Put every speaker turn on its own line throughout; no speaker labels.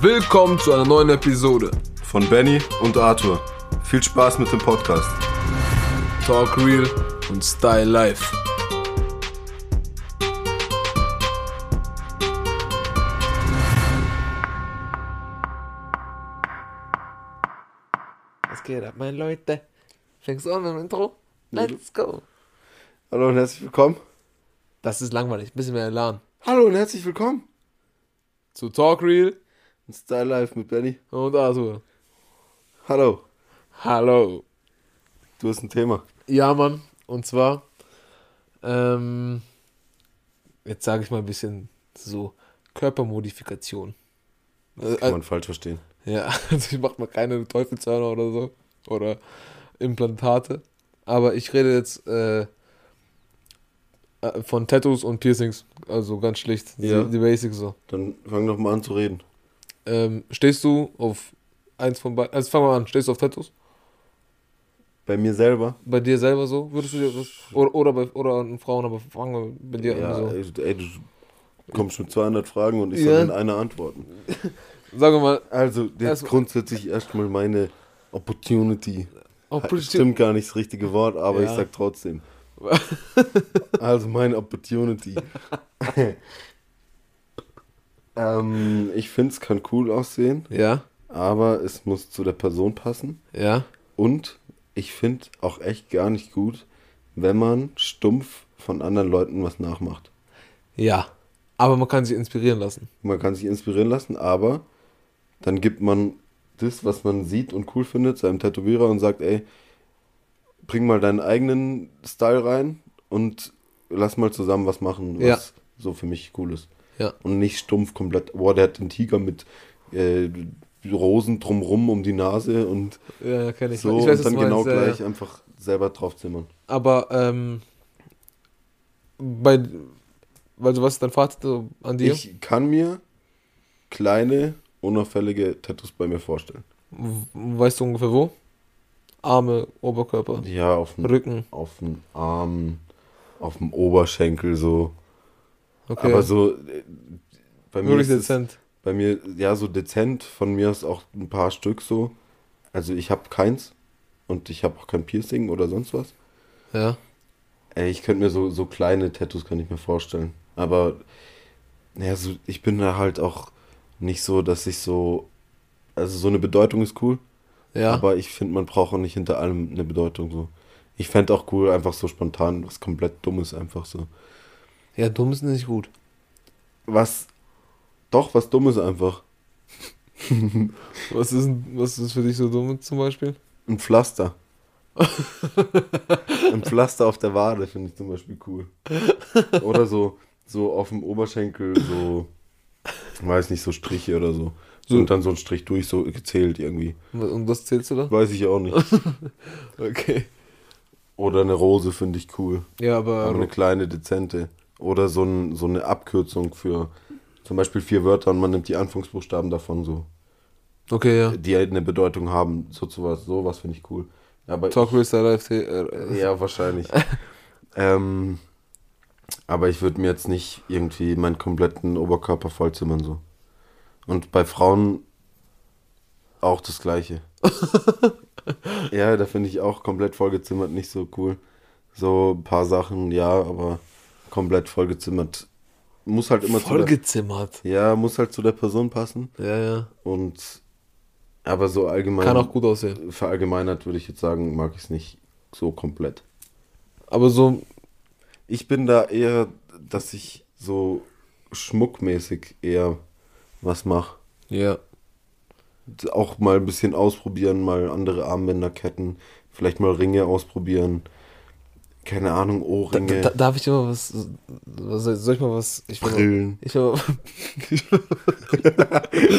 Willkommen zu einer neuen Episode
von Benny und Arthur. Viel Spaß mit dem Podcast.
Talk Real und Style Life.
Was geht ab, meine Leute? Fängst du an mit dem Intro?
Ja, du.
Let's go!
Hallo und herzlich willkommen.
Das ist langweilig, bisschen mehr Alarm.
Hallo und herzlich willkommen.
Zu Talk Real
Style Life mit Benny.
und Arthur.
Hallo.
Hallo!
Du hast ein Thema.
Ja, Mann, und zwar, ähm, jetzt sage ich mal ein bisschen so: Körpermodifikation. Äh,
Kann man falsch verstehen.
Ja, also ich mache mal keine Teufelshörner oder so. Oder Implantate. Aber ich rede jetzt äh, äh, von Tattoos und Piercings. Also ganz schlicht.
Ja.
Die, die Basics so.
Dann fang doch mal an zu reden.
Ähm, stehst du auf eins von beiden? Also fang mal an. Stehst du auf Tattoos?
Bei mir selber.
Bei dir selber so? Würdest du dir was? Oder, oder bei oder an Frauen, aber fangen wir bei dir an. So.
ey, du- ey, du kommst mit 200 Fragen und ich soll
Ja.
in einer antworten.
Sagen wir mal.
Also, jetzt
Erst-
grundsätzlich erstmal meine Opportunity.
Oh,
Stimmt gar nicht das richtige Wort, aber
Ja.
ich sag trotzdem. also meine Opportunity. ähm, ich finde, es kann cool aussehen,
Ja,
aber es muss zu der Person passen.
ja.
Und ich finde auch echt gar nicht gut, wenn man stumpf von anderen Leuten was nachmacht.
Ja. Aber man kann sich inspirieren lassen.
Man kann sich inspirieren lassen, aber dann gibt man das, was man sieht und cool findet, seinem Tätowierer und sagt, ey, bring mal deinen eigenen Style rein und lass mal zusammen was machen, was
Ja.
so für mich cool ist.
Ja.
Und nicht stumpf komplett, boah, der hat den Tiger mit äh, Rosen drumrum um die Nase und
Ja, kann ich.
so
ich weiß,
und
was
dann
du
genau
meinst, ja, ja.
gleich einfach selber draufzimmern.
Aber ähm, bei, also was ist dein Fazit so an dir?
Ich kann mir kleine, unauffällige Tattoos bei mir vorstellen.
W- weißt du ungefähr wo? Arme, Oberkörper,
Ja, auf dem
Rücken.
auf dem Arm, auf dem Oberschenkel so.
Okay.
Aber so äh, bei mir
Wirklich
ist es,
dezent.
bei mir ja so dezent von mir ist auch ein paar Stück so. Also ich habe keins und ich habe auch kein Piercing oder sonst was.
Ja.
Ey, ich könnte mir so so kleine Tattoos kann ich mir vorstellen, aber naja, so ich bin da halt auch nicht so, dass ich so also so eine Bedeutung ist cool,
Ja.
aber ich finde, man braucht auch nicht hinter allem eine Bedeutung so. Ich fände auch cool, einfach so spontan was komplett Dummes einfach so.
ja, dumm ist nicht gut.
Was, doch, was Dummes einfach.
Was ist, denn- was ist für dich so dumm zum Beispiel?
Ein Pflaster. Ein Pflaster auf der Wade finde ich zum Beispiel cool. Oder so, so auf dem Oberschenkel so, weiß nicht, so Striche oder so. So, und dann so ein Strich durch, so gezählt irgendwie.
Und das zählst du da?
Weiß ich auch nicht.
Okay.
Oder eine Rose finde ich cool.
Ja, aber,
Aber eine kleine, dezente. Oder so, ein, so eine Abkürzung für zum Beispiel vier Wörter und man nimmt die Anfangsbuchstaben davon so.
okay, ja.
Die halt eine Bedeutung haben, so zu was. Sowas finde ich cool. Aber
Talk Racer Live. Äh, äh,
Ja, wahrscheinlich. ähm, aber ich würde mir jetzt nicht irgendwie meinen kompletten Oberkörper vollzimmern so. Und bei Frauen auch das Gleiche. ja, da finde ich auch komplett vollgezimmert nicht so cool. So ein paar Sachen, ja, aber komplett vollgezimmert. Muss halt immer zu
vollgezimmert.
der, Ja, muss halt zu der Person passen.
Ja, ja.
Und aber so allgemein
Kann auch gut aussehen.
verallgemeinert würde ich jetzt sagen, mag ich es nicht so komplett.
Aber so,
Ich bin da eher, dass ich so schmuckmäßig eher was mache.
ja.
Auch mal ein bisschen ausprobieren, mal andere Armbänder, Ketten, vielleicht mal Ringe ausprobieren. Keine Ahnung,
Da,
Ohrringe,
da, darf ich immer was, was. Soll ich mal was. Ich will mal-
Brillen,
Ich habe.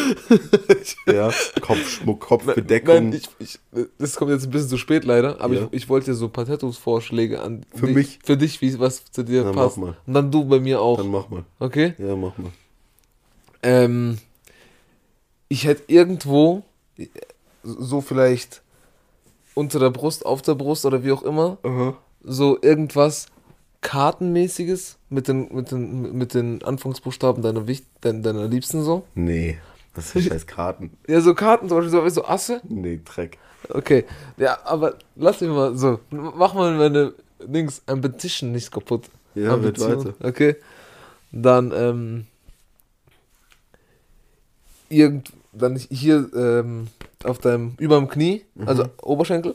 ja, Kopfschmuck, Kopfbedeckung.
Nein, ich, ich, das kommt jetzt ein bisschen zu spät leider, aber
Ja.
ich, ich wollte dir so ein paar Tattoos-Vorschläge an.
Für
dich,
mich?
Für dich, wie was zu dir
Dann mach
passt.
mal.
Und dann du bei mir auch.
Dann mach mal.
okay?
Ja, mach mal.
Ähm, ich hätte irgendwo, äh, so vielleicht unter der Brust, auf der Brust oder wie auch immer, so irgendwas kartenmäßiges mit den, mit den, mit den Anfangsbuchstaben deiner, Wicht, deiner, deiner Liebsten so.
Nee. Was für scheiß Karten?
Ja, so Karten zum Beispiel, so, weißt du, so Asse.
Nee, Dreck.
Okay, ja, aber lass mich mal so. Mach mal meine Dings, Ambition nicht kaputt.
Ja, wird
Ambition,
weiter.
Okay. Dann, ähm. Irgend, dann hier, ähm, auf deinem, überm Knie,
Mhm.
also Oberschenkel.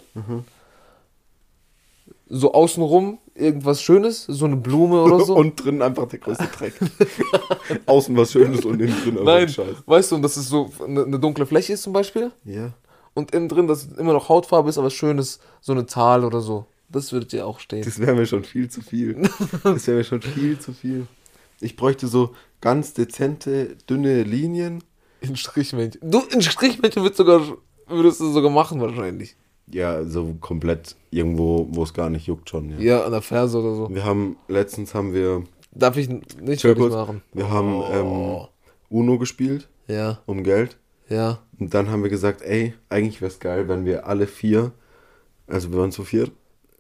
So außenrum irgendwas Schönes, so eine Blume oder so.
Und drin einfach der größte Dreck. Außen was Schönes und innen drin einfach
Nein,
ein Scheiß.
weißt du, und dass es so eine, eine dunkle Fläche ist zum Beispiel.
Ja.
Und innen drin, dass es immer noch Hautfarbe ist, aber Schönes, so eine Tal oder so. Das würde dir auch stehen.
Das wäre mir schon viel zu viel. Das wäre mir schon viel zu viel. Ich bräuchte so ganz dezente, dünne Linien.
In Strichmännchen. Du, in Strichmännchen würdest, sogar, würdest du sogar machen wahrscheinlich.
Ja, so komplett irgendwo, wo es gar nicht juckt schon. Ja.
Ja, an der Ferse oder so.
Wir haben, letztens haben wir,
Darf ich n- nicht
Chill
wirklich
kurz,
machen.
wir haben ähm, Uno gespielt
Ja,
um Geld.
ja,
Und dann haben wir gesagt, ey, eigentlich wäre es geil, wenn wir alle vier, also wir waren zu vier,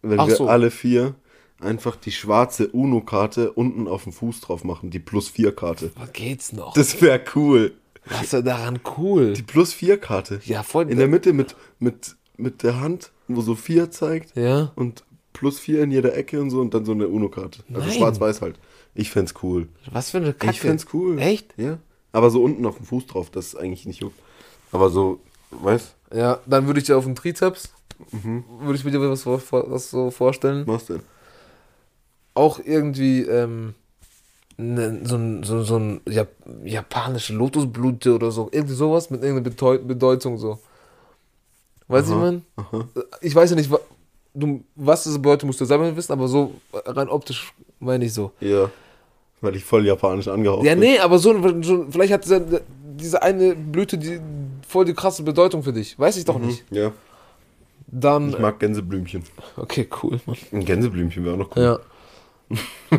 wenn
Ach
wir
so.
alle vier einfach die schwarze UNO-Karte unten auf dem Fuß drauf machen, die Plus-4-Karte.
was geht's noch?
Das wäre cool.
Was ist denn daran cool?
Die Plus-4-Karte.
Ja, äh, voll.
In der Mitte mit, mit, mit der Hand, wo so vier zeigt
ja,
und Plus-4 in jeder Ecke und so und dann so eine UNO-Karte. Also
Nein.
schwarz-weiß halt. Ich fänd's cool.
was für eine Kacke.
Ich find's cool.
Echt?
Ja. Aber so unten auf dem Fuß drauf, das ist eigentlich nicht juckt. Aber so, weißt
Ja, dann würde ich dir auf dem Trizeps, würde ich mir dir was, vor- vor- was so vorstellen.
was denn?
auch irgendwie ähm, ne, so ein, so, so ein Jap japanische Lotusblüte oder so. Irgendwie sowas mit irgendeiner Beteu Bedeutung so. Weiß ich man? Ich weiß ja nicht, wa du, was diese Bedeutung musst du selber wissen, aber so rein optisch meine ich so.
Ja. Weil ich voll japanisch angehaucht
Ja,
bin.
nee, aber so, ein- so ein- vielleicht hat diese, diese eine Blüte die voll die krasse Bedeutung für dich. Weiß ich doch nicht.
Hm? Ja.
Dann.
Mhm.
äh,
Ich mag Gänseblümchen.
okay, cool, Mann.
Ein Gänseblümchen wäre auch noch cool.
Ja.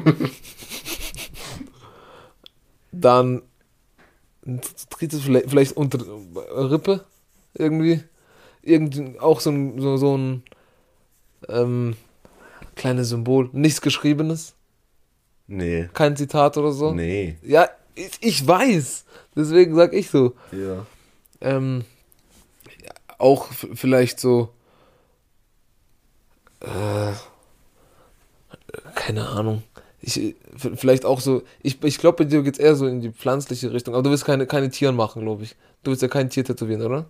Dann tritt es vielleicht, vielleicht unter Rippe irgendwie. Irgend, auch so ein, so, so ein ähm, kleines Symbol. Nichts Geschriebenes,
Nee.
kein Zitat oder so.
Nee.
Ja, ich, ich weiß. Deswegen sag ich so.
Ja.
Ähm, ja, auch f- vielleicht so. Äh, keine Ahnung. Ich, äh, v- vielleicht auch so. Ich, ich glaube, bei dir geht es eher so in die pflanzliche Richtung. Aber du willst keine, keine Tieren machen, glaube ich. Du willst ja kein Tier tätowieren, oder?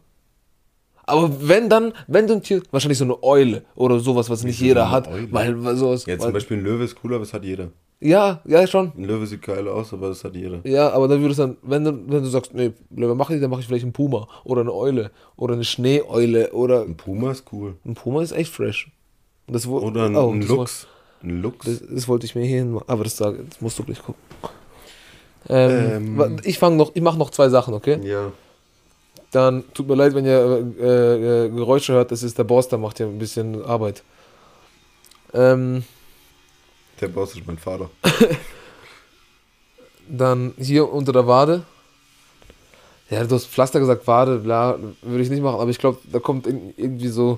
Aber wenn dann, wenn du ein Tier. Wahrscheinlich so eine Eule oder sowas, was nicht
Wieso so
jeder
eine
hat.
Eule?
Weil, weil sowas.
Ja, zum
weil,
Beispiel ein Löwe ist cooler, aber das hat jeder.
ja, ja, schon.
Ein Löwe sieht geil aus, aber das hat jeder.
Ja, aber dann würdest du dann, wenn du, wenn du sagst, nee, Löwe mache ich, dann mache ich vielleicht einen Puma oder eine Eule oder eine Schneeeule oder
Ein Puma ist cool.
Ein Puma ist echt fresh. Das wo-
Oder ein,
oh,
ein
das
Luchs. Ein Luchs.
woll- Das, das wollte ich mir hier hin, Ah, aber das, sag- das musst du gleich gucken. Ähm,
Ähm.
wa- Ich fange noch, ich mache noch zwei Sachen, okay?
ja.
Dann tut mir leid, wenn ihr äh, äh, Geräusche hört. Das ist der Boss, der macht ja ein bisschen Arbeit. Ähm,
Der Boss ist mein Vater.
dann hier unter der Wade. Ja, du hast Pflaster gesagt, Wade, bla, würde ich nicht machen. Aber ich glaube, da kommt in- irgendwie so,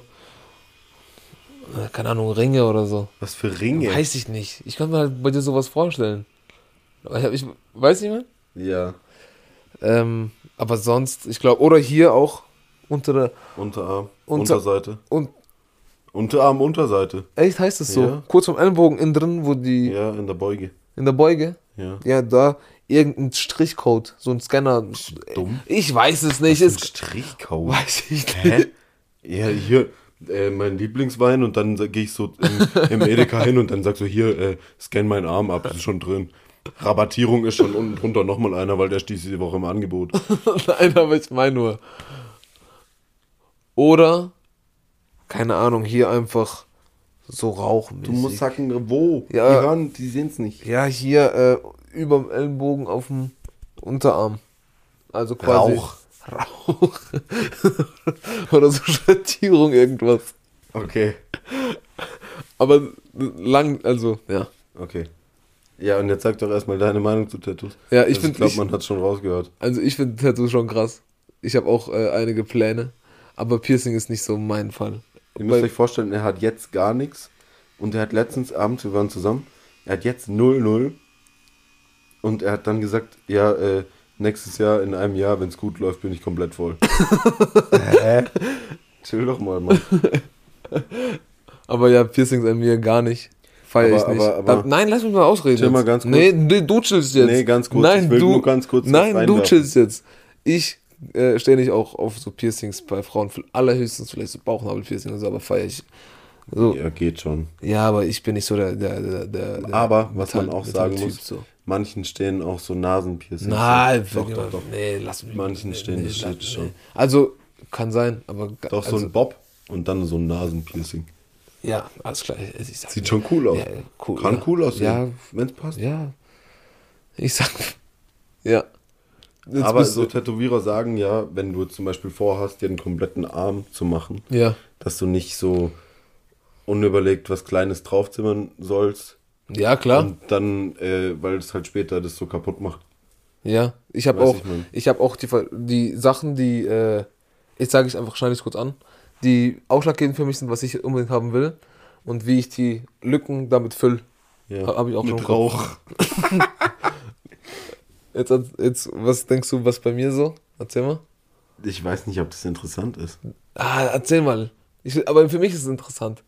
äh, keine Ahnung, Ringe oder so.
Was für Ringe.
Weiß ich nicht. Ich kann mir halt bei dir sowas vorstellen. Aber Ich, hab- ich weiß nicht mehr.
Ja.
Ähm, aber sonst, ich glaube, oder hier auch unter der.
Unterarm.
Unter-
Unterseite.
Und
Unterarm, Unterseite.
echt heißt es so?
Ja.
Kurz vom Ellenbogen innen drin, wo die.
Ja, in der Beuge.
In der Beuge?
Ja.
Ja, da irgendein Strichcode, so ein Scanner.
dumm.
Ich weiß es nicht.
Ein
Ist,
Strichkauf.
weiß ich nicht.
Hä? Ja, hier, äh, mein Lieblingswein und dann gehe ich so im, im Edeka hin und dann sagst du hier, äh, scan meinen Arm ab, das ist schon drin. Rabattierung ist schon unten drunter nochmal einer, weil der stieß diese Woche im Angebot.
Nein, aber ich meine nur. Oder, keine Ahnung, hier einfach so rauchen.
sagen, wo?
Ja. Die
hören, die sehen es nicht.
Ja, hier äh, über dem Ellenbogen auf dem Unterarm. Also quasi.
Rauch.
Rauch. Oder so Schattierung, irgendwas.
Okay,
Aber lang, also, ja.
okay. Ja, und jetzt sag doch erstmal deine Meinung zu Tattoos.
Ja, ich
Also
find-
Ich glaube,
ich-
man hat schon rausgehört.
Also, ich finde Tattoos schon krass. Ich habe auch äh, einige Pläne. Aber Piercing ist nicht so mein Fall.
Ihr müsst
Weil-
euch vorstellen, er hat jetzt gar nichts. Und er hat letztens abends, wir waren zusammen, er hat jetzt 0-0. Und er hat dann gesagt, ja, äh, Nächstes Jahr, in einem Jahr, wenn es gut läuft, bin ich komplett voll. Hä? Chill doch mal, Mann.
Aber ja, Piercings an mir gar nicht. Feier ich
Aber-
nicht.
aber- aber-
Da- nein, lass mich mal ausreden.
Chill
jetzt.
mal ganz kurz.
Nee, nee, du chillst jetzt.
Nee, ganz kurz.
Nein,
Ich will
du,
nur ganz kurz was
Nein, du
einwerfen.
chillst jetzt. Ich äh, stehe nicht auch auf so Piercings bei Frauen. Allerhöchstens vielleicht so Bauchnabelpiercing und so, aber feier ich. So.
Ja, geht schon.
Ja, aber ich bin nicht so der. der, der, der der
Aber, was man
Metall-
auch sagen
Metalltyp,
muss,
So.
manchen stehen auch so Nasenpiercings.
Nein,
doch,
wenn
doch,
jemand-
doch.
Nee, lass mich
Manchen
nee,
stehen
nee,
das
lass-
Shit schon.
Also, kann sein, aber. ga-
Doch so
also,
ein Bob und dann so ein Nasenpiercing.
Ja, alles klar. Ich sag
Sieht schon cool aus.
Ja, cool,
Kann
ja.
cool aussehen,
Ja.
wenn es passt.
Ja. Ich sag. Ja. Jetzt
Aber
bist
so
du-
Tätowierer sagen ja, wenn du zum Beispiel vorhast, dir einen kompletten Arm zu machen,
Ja.
dass du nicht so unüberlegt was Kleines draufzimmern sollst
Ja, klar.
und dann, äh, weil es halt später das so kaputt macht.
ja. Ich habe
Weiß
auch,
ich, Mann.
ich habe auch die, Ver- die Sachen, die, äh, jetzt sage ich einfach, schneide ich kurz an, die ausschlaggebend für mich sind, was ich unbedingt haben will und wie ich die Lücken damit fülle.
Ja.
Hab- hab ich auch schon im
Mit
Kopf.
Rauch.
Jetzt, jetzt, was denkst du, was bei mir so? Erzähl mal.
Ich weiß nicht, ob das interessant ist.
Ah, erzähl mal. Ich, will- aber für mich ist es interessant.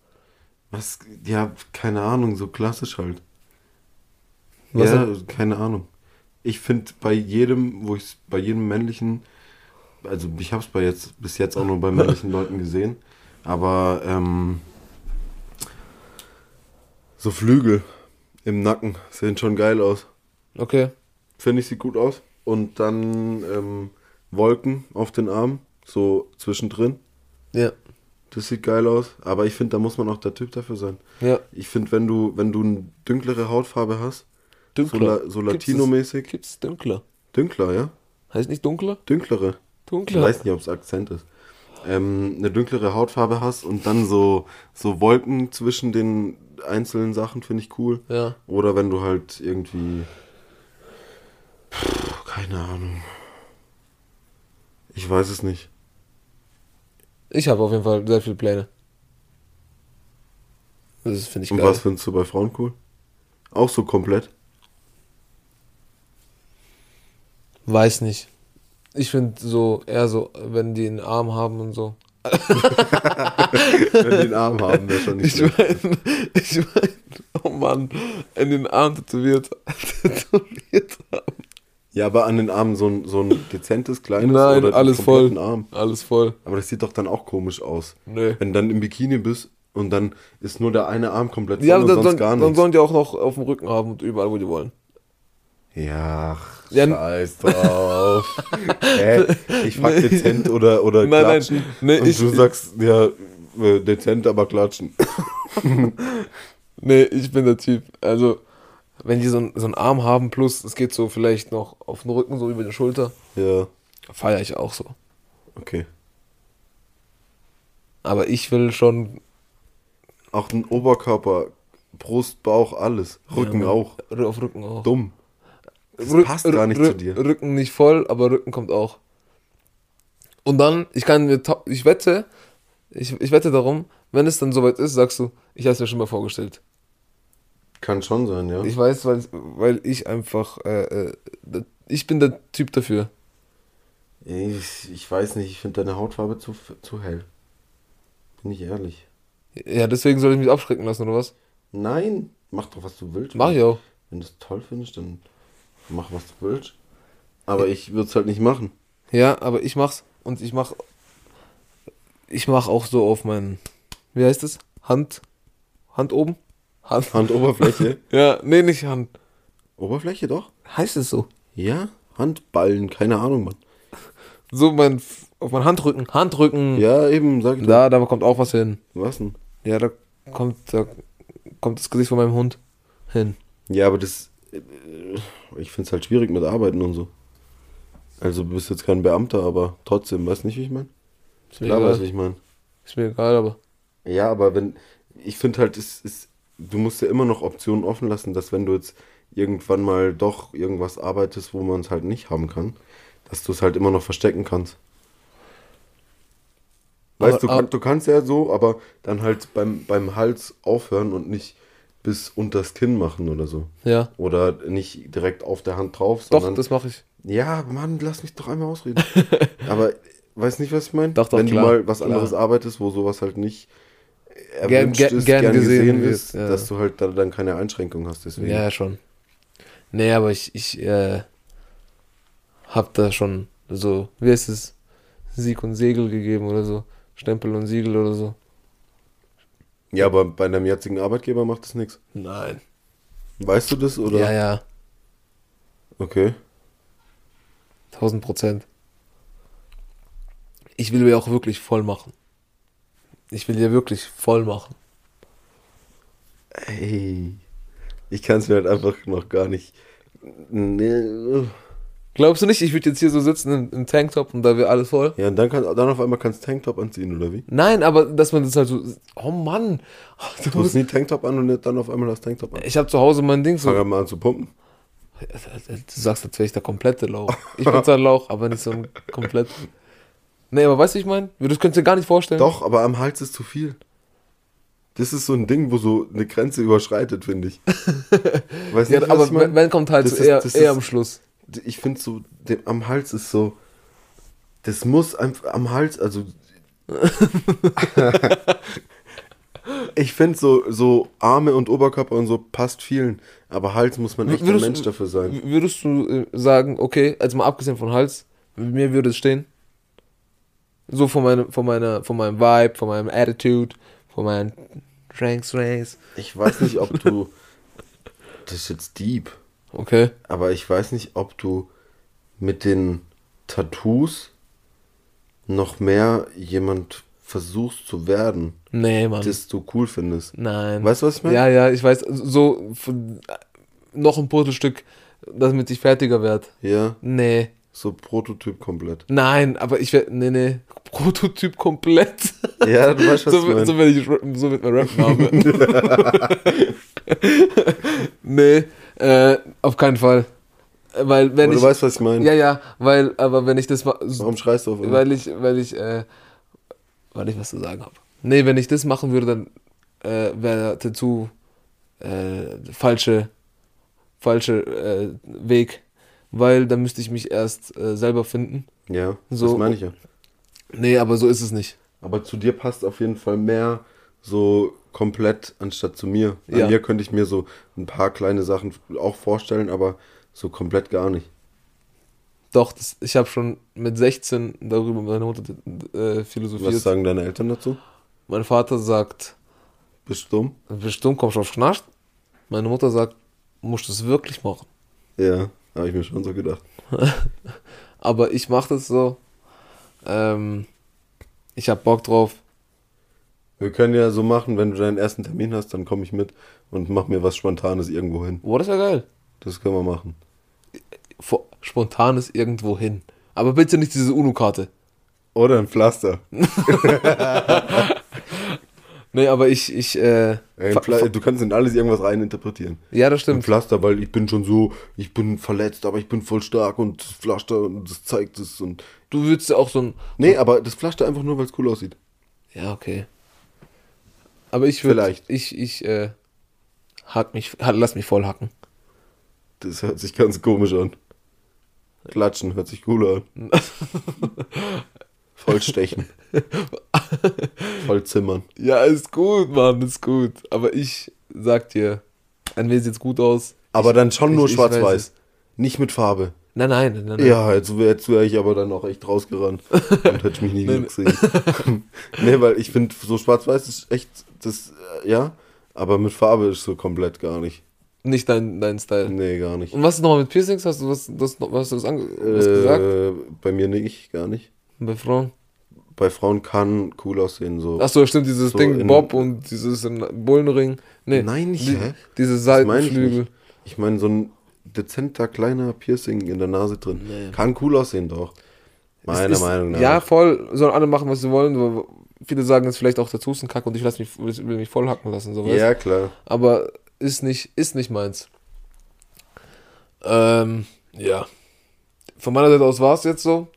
Was? Ja, keine Ahnung, so klassisch halt.
Was
ja, keine Ahnung. Ich finde bei jedem, wo ich bei jedem männlichen, also ich habe es bei jetzt bis jetzt auch nur bei männlichen Leuten gesehen, aber ähm, so Flügel im Nacken sehen schon geil aus.
Okay.
Finde ich sieht gut aus. Und dann ähm, Wolken auf den Arm, so zwischendrin.
Ja.
Das sieht geil aus. Aber ich finde, da muss man auch der Typ dafür sein.
Ja.
Ich finde, wenn du, wenn du eine dünklere Hautfarbe hast, so, la, so
Gibt's das-
Latino-mäßig,
Gibt's dunkler?
dünkler, ja?
Heißt nicht dunkler?
Dünklere. Ich
Dunkler.
weiß nicht, ob es Akzent ist. Ähm, eine dünklere Hautfarbe hast und dann so, so Wolken zwischen den einzelnen Sachen finde ich cool.
Ja.
Oder wenn du halt irgendwie. Puh, keine Ahnung. Ich weiß es nicht.
Ich habe auf jeden Fall sehr viele Pläne. Das finde ich
Und
geil.
was findest du bei Frauen cool? Auch so komplett.
Weiß nicht. Ich finde so eher so, wenn die einen Arm haben und so.
Wenn die den Arm haben, wäre schon nicht
Ich
schlecht.
meine, ich meine, oh Mann, in den Arm tätowiert, tätowiert haben.
Ja, aber an den Armen so ein, so ein dezentes, kleines
Nein,
den
alles voll.
kompletten Arm.
Alles voll.
Aber das sieht doch dann auch komisch aus.
Nö.
Wenn du dann im Bikini bist und dann ist nur der eine Arm komplett voll
Ja,
und
dann,
sonst
dann,
gar
dann
nichts.
sollen die auch noch auf dem Rücken haben und überall, wo die wollen.
ja, ach,
Ja, n-
scheiß drauf. Hä? Ich frag dezent oder, oder
Nein, nein,
klatschen.
nee,
und
ich-
du sagst, ja, äh, dezent, aber klatschen.
Nee, ich bin der Typ. Also, wenn die so, einen- so einen Arm haben, plus es geht so vielleicht noch auf den Rücken, so über die Schulter,
Ja,
feiere ich auch so.
okay.
Aber ich will schon
Auch den Oberkörper, Brust, Bauch, alles. Rücken
Ja.
auch.
r- auf Rücken auch.
Dumm. Das
Rück-
passt gar nicht
Rück-
zu dir.
Rücken nicht voll, aber Rücken kommt auch. Und dann, ich kann mir, ta- ich wette, ich, ich wette darum, wenn es dann soweit ist, sagst du, ich habe es mir schon mal vorgestellt.
Kann schon sein, ja.
Ich weiß, weil, weil ich einfach, äh, äh, ich bin der Typ dafür.
Ich, ich weiß nicht, ich finde deine Hautfarbe zu, zu hell. Bin ich ehrlich.
Ja, deswegen soll ich mich abschrecken lassen, oder was?
Nein, mach doch, was du willst.
Mach ich auch.
Wenn du es toll findest, dann mach, was du willst. Aber ich würde es halt nicht machen.
Ja, aber ich mach's und ich mach ich mach auch so auf meinen wie heißt es? Hand Hand oben? Hand.
Handoberfläche.
Ja, nee, nicht Hand.
Oberfläche doch?
Heißt es so?
Ja, Handballen, keine Ahnung, Mann.
So mein F- auf meinen Handrücken, Handrücken.
Ja, eben, sag ich doch.
Da, da kommt auch was hin.
Was denn?
Ja, da kommt da kommt das Gesicht von meinem Hund hin.
Ja, aber das. äh, Ich finde es halt schwierig mit Arbeiten und so. Also, du bist jetzt kein Beamter, aber trotzdem, weißt nicht, wie ich meine?
Ist mir
Klar, weiß
egal.
ich meine.
Ist mir egal, aber
Ja, aber wenn, ich finde halt, es ist, du musst ja immer noch Optionen offen lassen, dass wenn du jetzt irgendwann mal doch irgendwas arbeitest, wo man es halt nicht haben kann, dass du es halt immer noch verstecken kannst. Weißt du,
Aber-
kann, du kannst ja so, aber dann halt beim, beim Hals aufhören und nicht bis unters Kinn machen oder so.
ja.
Oder nicht direkt auf der Hand drauf,
Doch,
sondern
das mache ich.
Ja, Mann, lass mich doch einmal ausreden. Aber weißt nicht, was ich meine?
Doch, doch,
Wenn
klar,
du mal was
klar.
anderes arbeitest, wo sowas halt nicht
Gern-
erwünscht
gern-
ist,
gern
gern,
gesehen
gesehen,
wird,
ist,
ja.
dass du halt da, dann keine Einschränkung hast. Deswegen.
Ja, schon. Nee, aber ich, ich äh, hab da schon so, wie heißt es, Sieg und Segel gegeben oder so. Stempel und Siegel oder so.
Ja, aber bei deinem jetzigen Arbeitgeber macht das nichts.
Nein.
Weißt du das oder?
Ja, ja,
Okay.
1000 Prozent. Ich will ja auch wirklich voll machen. Ich will ja wirklich voll machen.
Ey. Ich kann es mir halt einfach noch gar nicht. Nee.
Glaubst du nicht, ich würde jetzt hier so sitzen im, im Tanktop und da wäre alles voll?
Ja, und dann, kann, dann auf einmal kannst du Tanktop anziehen, oder wie?
Nein, aber dass man das halt so, oh Mann, du
Du hast
musst,
nie Tanktop an und dann auf einmal das Tanktop an.
ich habe zu Hause mein Ding so, äh,
Fang mal an zu pumpen.
Du sagst, als wäre ich der komplette Lauch. Ich bin zwar ein Lauch, aber nicht so ein komplett. Nee, aber weißt du, ich meine? Das könntest du dir gar nicht vorstellen.
Doch, aber am Hals ist zu viel. Das ist so ein Ding, wo so eine Grenze überschreitet, finde ich. Weißt
Ja,
nicht,
aber
was ich mein?
wenn, wenn kommt halt
Das
so
ist-
eher,
das
eher
ist-
am Schluss.
ich finde so, dem, am Hals ist so. Das muss einfach am Hals, also. ich finde so, so Arme und Oberkörper und so passt vielen. Aber Hals muss man echt ein
Würdest-
Mensch dafür sein.
W- Würdest du äh, sagen, okay, also mal abgesehen von Hals, mir würde es stehen. So von meinem, von meiner, von meinem Vibe, von meinem Attitude, von meinen Ranks, Ranks.
Ich weiß nicht, ob du. Das ist jetzt deep.
Okay.
Aber ich weiß nicht, ob du mit den Tattoos noch mehr jemand versuchst zu werden,
Nee, Mann.
das du cool findest.
Nein.
Weißt du, was ich meine?
Ähm. Ja, ja, ich weiß. So von, noch ein Puzzlestück, damit ich fertiger werde.
Ja,
Nee.
so Prototyp komplett.
Nein, aber ich werde. Nee, nee. Prototyp komplett.
Ja, du weißt, was
So,
ich meine.
wi- so werde ich ra- so wird mein Rap-Name. nee, äh, auf keinen Fall. Weil wenn
Aber
ich.
du weißt, was ich meine.
ja, ja, weil, aber wenn ich das ma- so-
Warum schreist du auf immer?
weil ich, weil ich, äh, weil ich was zu sagen habe. Nee, wenn ich das machen würde, dann äh, wäre Tattoo äh, falsche, falsche äh, Weg, weil dann müsste ich mich erst äh, selber finden.
Ja,
So.
das meine ich ja.
Nee, aber so ist es nicht.
Aber zu dir passt auf jeden Fall mehr so komplett anstatt zu mir. An
Ja.
mir könnte ich mir so ein paar kleine Sachen auch vorstellen, aber so komplett gar nicht.
Doch, das, ich habe schon mit 16 darüber mit meiner Mutter äh, philosophiert.
Was sagen deine Eltern dazu?
Mein Vater sagt,
Bist du dumm?
bestimmt kommst du auf Knast. Meine Mutter sagt, musst du es wirklich machen.
Ja, habe ich mir schon so gedacht.
Aber ich mache das so. Ähm, ich hab Bock drauf.
Wir können ja so machen, wenn du deinen ersten Termin hast, dann komme ich mit und mach mir was Spontanes irgendwo hin.
Boah, das wär geil.
Das können wir machen.
Vor, spontanes irgendwo hin. Aber bitte nicht diese UNO-Karte.
Oder ein Pflaster.
Nee, aber ich, ich, äh,
Ey, ein
fa-
Pfla
fa-
du kannst in alles irgendwas reininterpretieren.
ja, das
Ein
stimmt.
Pflaster, weil ich bin schon so, ich bin verletzt, aber ich bin voll stark und das Pflaster und das zeigt es und.
Du würdest ja auch so ein,
Nee, aber das Pflaster einfach nur, weil es cool aussieht.
ja, okay. Aber ich würde,
Vielleicht.
ich, ich, äh, hack mich, ha- lass mich voll hacken.
Das hört sich ganz komisch an. Klatschen hört sich cooler an. Vollstechen. Vollzimmern.
Ja, ist gut, Mann, ist gut. Aber ich sag dir, NW sieht's gut aus.
Aber dann schon
ich-
nur
ich weiß
schwarz-weiß.
es.
Nicht mit Farbe.
Nein, nein, nein, nein.
Ja, jetzt wäre jetzt wär ich aber dann auch echt rausgerannt und hätte mich nie gesehen. nee, weil ich finde, so schwarz-weiß ist echt, das, äh, ja, aber mit Farbe ist so komplett gar nicht.
Nicht dein, dein Style.
Nee, gar nicht.
Und was ist nochmal mit Piercings? Hast du was, das, noch- hast du was, ange, was gesagt?
Äh, bei mir nicht, gar nicht.
Bei Frauen?
Bei Frauen kann cool aussehen, so.
Achso, stimmt, dieses
So
Ding
in-
Bob und dieses in- Bullenring. Nee,
Nein, nicht,
die,
hä?
Diese
Das meine ich
Seitenflügel.
nicht. Ich meine, so ein dezenter kleiner Piercing in der Nase drin. Kann cool aussehen, doch. Meiner
Ist-
Meinung nach.
Ja, voll. Sollen alle machen, was sie wollen. aber Viele sagen jetzt vielleicht auch Tattoos sind kacke und ich lass mich, will mich voll hacken lassen. So, weißt
ja, klar.
aber ist nicht, ist nicht meins. Ähm, ja. Von meiner Seite aus war es jetzt so.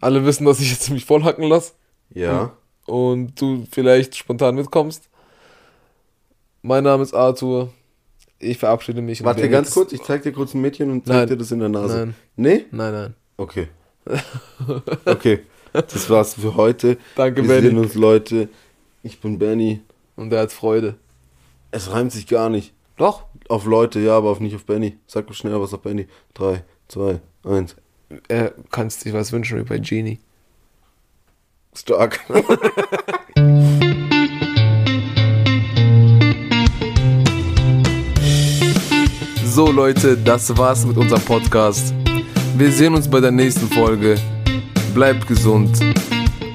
Alle wissen, dass ich jetzt mich vollhacken lasse
Ja.
und du vielleicht spontan mitkommst. Mein Name ist Arthur. ich verabschiede mich. und
Warte
wir-
ganz kurz, ich zeig dir kurz ein Mädchen und zeig
Nein.
dir das in der Nase.
Nein,
Nee?
nein, nein.
Okay. Okay. Das war's für heute.
Danke,
Wir sehen
Benny.
uns, Leute. Ich bin Benny.
Und der hat Freude.
Es reimt sich gar nicht.
Doch,
Auf Leute, ja, aber auf nicht auf Benny. Sag doch schnell was auf Benny. Drei, zwei, eins.
äh, kannst dich was wünschen wie bei Genie.
Stark.
So Leute, das war's mit unserem Podcast. Wir sehen uns bei der nächsten Folge. Bleibt gesund.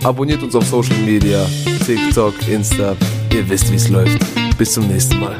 Abonniert uns auf Social Media, TikTok, Insta. Ihr wisst, wie es läuft. Bis zum nächsten Mal.